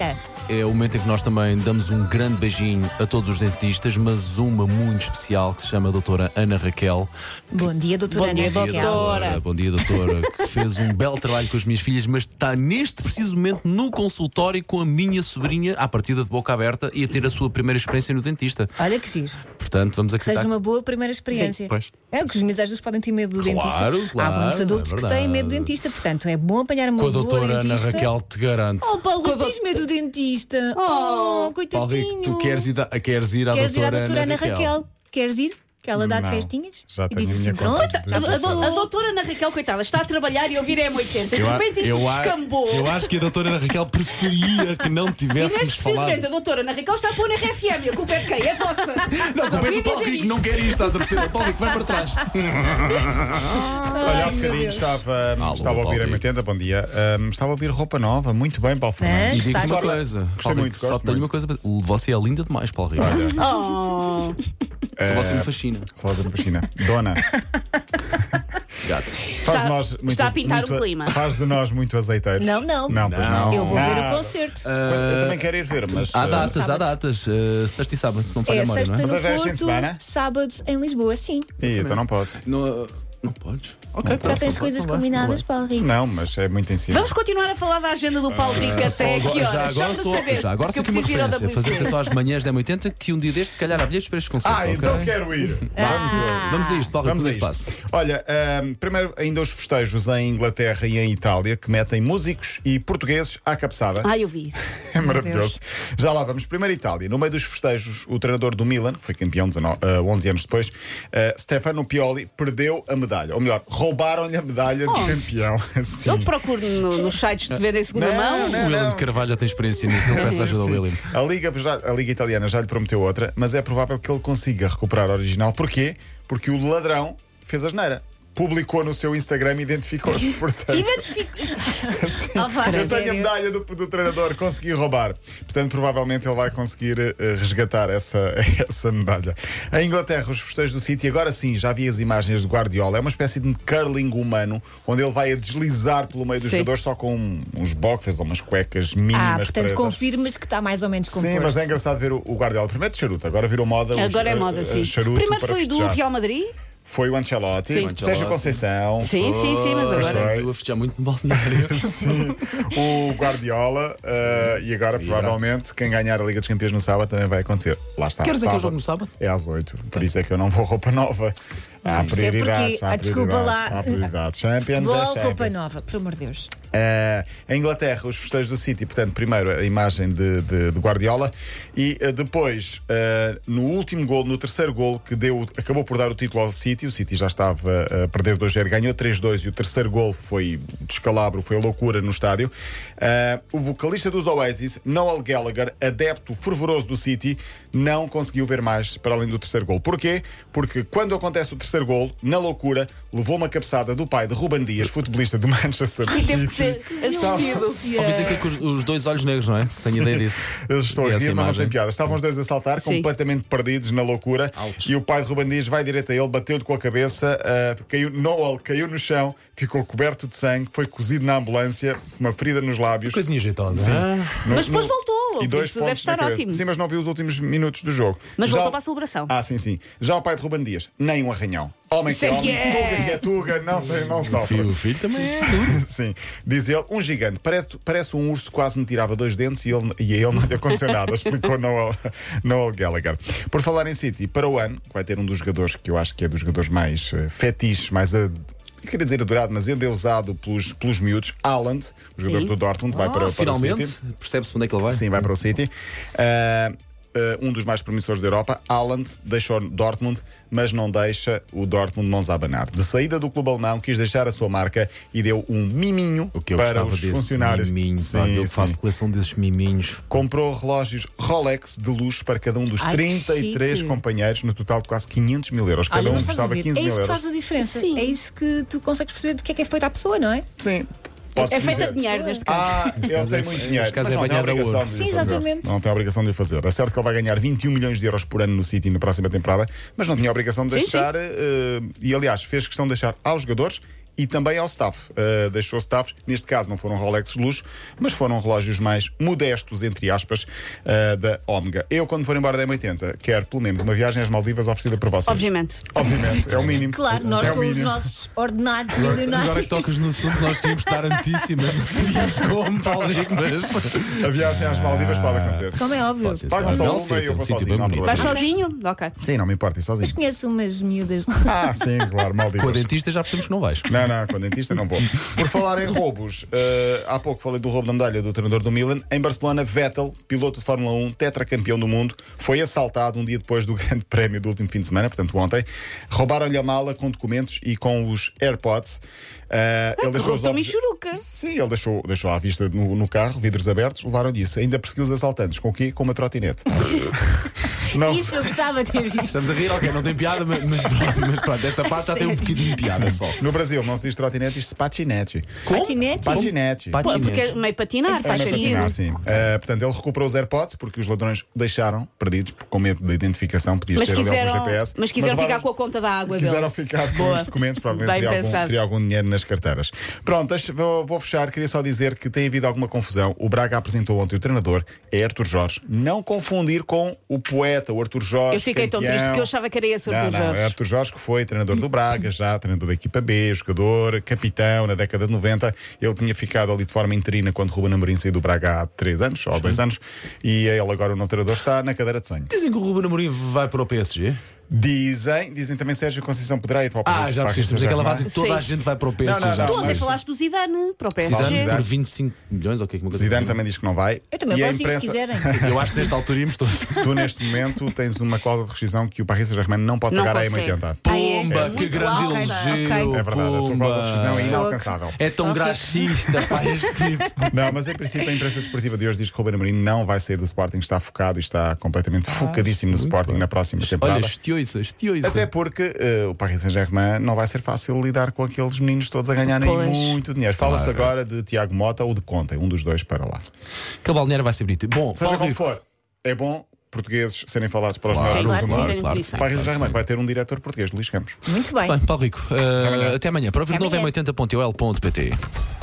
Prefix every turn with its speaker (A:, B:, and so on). A: É.
B: É o momento em que nós também damos um grande beijinho a todos os dentistas, mas uma muito especial que se chama a doutora Ana Raquel.
A: Bom dia, doutora
C: Bom dia,
A: Ana Raquel.
C: doutor.
B: Bom dia, doutora, que fez um belo trabalho com as minhas filhas, mas está neste preciso momento no consultório com a minha sobrinha, à partida de boca aberta, e a ter a sua primeira experiência no dentista.
A: Olha que giro.
B: Portanto, vamos
A: Que seja
B: acreditar.
A: uma boa primeira experiência.
B: Tá- Sim, pois.
A: É que os meus às vezes podem ter medo do
B: Claro,
A: dentista.
B: claro,
A: Há muitos adultos
B: é
A: que
B: verdade.
A: têm medo do dentista, portanto é bom apanhar uma
B: Com a
A: boa
B: doutora Ana
A: dentista.
B: Raquel, te garanto.
A: Oh, Paulo, tens medo do dentista. Oh,
B: Paulo, digo
A: coitadinho.
B: que tu queres ir, a- queres ir à
A: Queres ir à
B: doutora,
A: doutora Ana Raquel? Queres ir? Que ela dá de festinhas?
D: já
A: e
D: tenho
A: diz
D: a
A: assim:
D: minha
A: pronto,
D: conta de
A: já
D: dentista.
A: passou.
C: A doutora Ana Raquel, coitada, está a trabalhar e a ouvir a M80. De
B: Eu, a-
C: repente isto
B: eu a-
C: descambou.
B: eu acho que a doutora Ana Raquel preferia que não
C: E
B: tivéssemos
C: neste
B: falado.
C: precisamente a doutora Ana Raquel está a pôr na RFM. A culpa é de quem? É vossa.
B: Não, a culpa é
C: Queria
B: do Paulo
C: dizer
B: Rico,
C: isto.
B: não quer isto, estás a perceber? O Paulo Rico vai para trás.
D: Olha, há
A: meu
D: bocadinho
A: Deus.
D: estava,
B: Alô,
D: estava a ouvir a
B: Paulo
D: 80, bom dia. Ahm, estava a ouvir roupa nova, muito bem, Paulo
A: É?
B: E
D: Fernandes.
B: digo-te uma
A: Gostaste?
B: coisa.
D: Gostei
B: Paulo
D: muito,
B: Rico, só
D: gosto
B: tenho
D: muito.
B: uma coisa para. Você é linda demais, Paulo Rico.
C: Oh.
B: Só você me fascina.
D: Salada de China. Dona,
B: Gato.
D: faz de nós muito
C: está a pintar
D: muito
C: o clima.
D: Faz de nós muito azeiteiros.
A: Não, não.
D: Não, pois
B: Oh,
D: não.
A: Eu vou ver o
D: Não.
A: concerto.
B: Ah,
D: Eu também quero ir ver, mas.
B: Há
D: eh,
B: datas, há
A: sábado.
B: datas. Eh, Sexta e sábado, se não falha a
A: É
B: memória, não
A: sexta
B: é?
D: Mas
A: no
D: já é fim de
A: Porto,
D: semana?
A: sábado em Lisboa, sim.
D: Ih, então não posso.
B: Não, eh, não podes. Ok,
A: Já
B: pronto, Então
A: tens
B: não
A: coisas
B: vai, não
A: combinadas,
B: vai.
A: Paulo Rico?
D: Não, mas é muito em cima.
C: Vamos continuar a falar da agenda do Paulo Rico até
B: Só
C: aqui
B: agora-
C: É,
B: Ah, já
C: horas.
B: agora,
C: Estamos a
B: só,
C: saber
B: já agora só
C: que
B: aqui
C: eu
B: uma
C: preciso ir ao
B: referência. Fazer
C: WC.
B: atenção às manhãs da M80 que um dia deste, se calhar, há bilhetes para este concerto.
D: Ah, então quero ir. Vamos ver.
B: Vamos a isto, Paulo Rico,
D: Vamos a
B: tudo
D: isto.
B: espaço.
D: Olha, ahm, primeiro ainda os festejos em Inglaterra e em Itália que metem músicos e portugueses à cabeçada.
C: Ai, eu vi isso.
D: É maravilhoso. Já lá vamos. Primeiro Itália. No meio dos festejos, o treinador do Milan, que foi campeão 19, ah, 11 anos depois, ah, Stefano Pioli, perdeu a medalha. Ou melhor, roubaram-lhe a medalha de campeão. Sim.
B: Hum.
C: Eu procuro no- nos sites
B: Ah,
C: de venda em segunda mão.
B: O William de Carvalho já tem experiência nisso, ele peça ajuda ao William.
D: A Liga, já- a Liga Italiana já lhe prometeu outra, mas é provável que ele consiga recuperar a original. Porquê? Porque o ladrão fez a geneira. Publicou no seu Instagram e identificou-se. Portanto,
A: Oh, vá,
D: eu tenho a
A: sério?
D: medalha do, do treinador, consegui roubar. Portanto, provavelmente ele vai conseguir eh, resgatar essa, essa medalha. Em Inglaterra, os festejos do City, agora sim, já vi as imagens de Guardiola. É uma espécie de curling humano, onde ele vai a deslizar pelo meio dos
C: Sim.
D: jogadores, só com um- uns boxers ou umas cuecas
A: Ah,
D: mínimas.
A: portanto,
D: pretas.
A: confirmas que está mais ou menos composto.
D: Sim, mas é engraçado ver o, o Guardiola. Primeiro de charuto, agora virou moda. os-
C: Agora é
D: eh,
C: moda, sim.
D: Charuto
C: Primeiro
D: para
C: foi do
D: festejar.
C: Real Madrid.
D: Foi o Ancelotti,
B: Sim.
D: Sérgio Conceição.
C: Sim, sim, sim, mas
B: Ah,
D: Pois
C: agora.
D: foi.
B: Eu vou festejar muito no balneário.
D: Sim, o Guardiola eh, e agora provavelmente quem ganhar a Liga dos Campeões no sábado também vai acontecer. Lá está.
B: Queres dizer que eu
D: sábado
B: jogo no sábado?
D: É às 8, por isso é que eu não vou roupa nova. Há
A: Isso é
D: prioridades,
A: porque-
D: há
A: ah, desculpa
D: prioridades,
A: lá.
D: há prioridades. Champions é
A: Futebol,
D: Champions.
A: roupa nova, por amor de Deus.
D: Eh, em Inglaterra, os festejos do City, portanto, primeiro a imagem de, de- de Guardiola e eh, depois, eh, no último gol, no terceiro gol, que deu, acabou por dar o título ao City, o City já estava eh, a perder 2-0, ganhou 3-2 e o terceiro gol foi descalabro, foi a loucura no estádio. Eh, o vocalista dos Oasis, Noel Gallagher, adepto fervoroso do City, não conseguiu ver mais para além do terceiro gol. Porquê? Porque quando acontece o terceiro gol, na loucura, levou uma cabeçada do pai de Ruban Dias, futebolista do Manchester City.
C: Teve que ser assistido.
A: eh,
B: Ouvi dizer que é com os, os dois olhos negros, não é? Tenho ideia disso.
D: Eles estão
B: E
D: a
B: essa
D: rir, mas não
B: imagem.
D: tem piada. Estavam os dois a saltar,
C: Sim.
D: completamente perdidos na loucura.
B: Ouch.
D: E o pai de Ruben Dias vai direto a ele, bateu-lhe com a cabeça, ah, caiu, Noel caiu no chão, ficou coberto de sangue, foi cozido na ambulância, uma ferida nos lábios.
B: Coisinha jeitosa. Ah,
D: No-
C: Mas depois
D: no-
C: voltou,
D: E dois
C: isso
D: pontos
C: deve estar
D: na cabeça.
C: ótimo.
D: Sim, mas não vi os últimos minutos do jogo.
C: Mas voltou
D: o-
C: para a celebração.
D: Ah, sim, sim. Já o pai de Ruben Dias, nem um arranhão. Homem
C: Isso
D: que é
C: é
D: homem,
C: que é.
D: tuga que é tuga, não, sei, não sofre.
B: filho, o filho também é.
D: Sim, diz ele, um gigante. Parece, parece um urso, quase me tirava dois dentes e, ele, e a ele não lhe aconteceu nada, explicou Noel, Noel Gallagher. Por falar em City, para o ano, vai ter um dos jogadores que eu acho que é dos jogadores mais eh, fetiches, mais. ad- eu queria dizer adorado, mas endeusado pelos, pelos miúdos. Haaland, o jogador
C: Sim.
D: do Dortmund, vai para, para o City.
B: Ah, Finalmente, percebe-se onde é que ele vai?
D: Sim, vai para o City. Ah, ah, um dos mais promissores da Europa, Haaland, deixou Dortmund, mas não deixa o Dortmund mãos a abanar. De saída do clube alemão, quis deixar a sua marca e deu um miminho
B: O que eu
D: para
B: gostava
D: os
B: desses
D: funcionários.
B: miminhos, sabe? Eu
D: Sim,
B: faço
D: sim.
B: coleção desses miminhos.
D: Comprou relógios Rolex de luxo para cada um dos
A: Ai, que
D: 33
A: chique.
D: companheiros, no total de quase 500 mil euros. Cada
A: Olha,
D: um
A: mas estás a
D: custava
A: ver?
D: 15
A: É
D: mil
A: isso que
D: euros.
A: faz a diferença.
C: Sim.
A: É isso que tu consegues perceber do que é que é feito à pessoa, não é?
D: Sim, posso
C: É feita
D: dizer.
C: de dinheiro neste caso.
D: Ah, ele tem muito dinheiro.
B: Neste caso
D: mas
B: é
D: não tem
B: banhado a
D: obrigação
B: ouro.
D: de o
A: Sim,
D: fazer.
A: exatamente.
D: Não tem obrigação de o fazer. É certo que ele vai ganhar 21 milhões de euros por ano no City na próxima temporada, mas não tinha obrigação de
C: Sim,
D: deixar. eh, e aliás, fez questão de deixar aos jogadores e também ao staff. Uh, deixou staff, neste caso não foram Rolex de luxo, mas foram relógios mais modestos, entre aspas, uh, da Omega. Eu, quando for embora da M80, quero pelo menos uma viagem às Maldivas oferecida por vocês.
C: Obviamente.
D: Obviamente, é o mínimo.
A: Claro, nós
D: é o
A: com os
D: mínimo.
A: nossos ordenados
B: Agora
A: milionários.
B: que tocas no assunto, nós queríamos estar antíssimas, não sabíamos como,
D: tá
B: Paulo Rico, mas.
D: A viagem às Maldivas pode acontecer.
A: Como é óbvio.
B: Pode ser,
D: Pagam
B: senhora.
D: só
B: Belo
D: uma e eu
B: sítio,
D: vou
B: um sítio
D: sozinho, não há
B: bem bonito.
D: problema.
C: Vais sozinho? Ok.
D: Sim, não me importa, ir sozinho.
A: Mas conheço umas miúdas.
D: Ah, sim, claro, Maldivas.
B: Com a dentista já percebemos que não vais.
D: Não, não, com dentista não vou. Por falar em roubos, eh, há pouco falei do roubo da medalha do treinador do Milan. Em Barcelona, Vettel, piloto de Fórmula 1, tetracampeão do mundo, foi assaltado um dia depois do grande prémio do último fim de semana, portanto ontem. Roubaram-lhe a mala com documentos e com os AirPods.
A: Ah,
D: Eh, ele deixou os
C: Estou-me
D: obje-
C: churuca.
D: Sim, ele deixou, deixou à vista no, no carro, vidros abertos, levaram-lhe isso. Ainda perseguiu os assaltantes. Com o quê? Com uma trotinete. não.
A: Isso eu gostava de ter visto.
B: Estamos a rir, ok, não tem piada, mas, mas pronto, mas pronto, esta parte já tem um bocadinho de piada só.
D: No Brasil não se diz trotinete, diz-se patinete.
B: Como?
A: Patinete?
D: Patinete.
B: Patinete.
C: Porque meio patinar,
A: Faz
C: faz
D: É
A: sentido.
C: sentido.
D: patinar, sim. Eh, portanto, ele recuperou os AirPods porque os ladrões deixaram perdidos por- com medo da identificação. Podias
C: Mas
D: ter ali algum
C: quiseram,
D: GPS.
C: mas quiseram ficar
D: vários-
C: com a conta da água dele.
D: Quiseram ficar com
C: Boa.
D: os documentos, provavelmente
C: Bem
D: teria algum,
C: pensado.
D: teria algum dinheiro nas carteiras. Pronto, deixa- vou, vou fechar. Queria só dizer que tem havido alguma confusão. O Braga apresentou ontem o treinador, é Arthur Jorge. Não confundir com o poeta, o Arthur Jorge.
C: Eu fiquei tão
D: campeão.
C: triste porque eu achava que era esse o
D: Não,
C: Arthur
D: não,
C: Jorge.
D: é Arthur Jorge que foi treinador do Braga, já treinador da equipa B, jogador, capitão na década de 90. Ele tinha ficado ali de forma interina quando Ruben Amorim saiu do Braga há 3 anos ou 2 anos e ele agora o novo treinador está na cadeira de sonho.
B: Dizem que o Ruben Amorim vai para o PSG.
D: Dizem, dizem também Sérgio Conceição poderá ir para o
B: Ah, já
D: para a é?
B: percebemos aquela
D: Saint-Germain.
B: fase que toda
C: Sim.
B: a gente vai para o
D: Não,
B: PSG.
D: não,
B: já
D: não,
C: Tu ontem
D: mas-
C: é falaste do Zidane para o PSG.
B: Zidane por 25 milhões, ou o que é que uma coisa?
D: Zidane também diz que não vai.
A: Eu também
D: E a
A: posso ir se
D: imprensa-
A: quiserem.
B: Eu acho que nesta altura íamos todos.
D: Tu, neste momento, tens uma cláusula de rescisão que o Paris Saint-Germain não pode
C: Não
D: pagar
C: consegue.
D: a M80.
A: Ah, é?
B: Pumba,
A: Muito
B: que grande
A: alto. Ok, ok.
B: elogio.
D: É verdade, a tua cláusula de rescisão
B: Pumba.
D: é inalcançável.
B: É tão graxista para este tipo.
D: Não, mas em princípio a imprensa desportiva de hoje diz que Ruben Amorim não vai sair do Sporting, está focado e está
C: Ah,
D: completamente focadíssimo no
B: muito
D: Sporting
B: bem.
D: na próxima temporada.
B: Olha, estioiça,
D: Até
B: estioiça.
D: porque eh, o Paris Saint-Germain não vai ser fácil lidar com aqueles meninos todos a ganharem
C: Pois.
D: muito dinheiro. Fala-se agora de Tiago Mota ou de Conte, um dos dois para lá.
B: Que balneário vai ser bonito. Bom,
D: Seja
B: Paulo
D: como
B: Rico.
D: for, é bom portugueses serem falados para os
B: Claro,
D: maiores
C: Sim,
D: do
C: claro que
D: mundo.
C: sim.
B: sim,
D: O Paris
B: claro que
D: Saint-Germain
B: sim.
D: vai ter um diretor português, Luís Campos.
A: Muito bem.
B: Bem, Paulo Rico, eh, até amanhã. Para ouvir
A: Até
B: novo é
A: amanhã.
B: 80.ol.pt.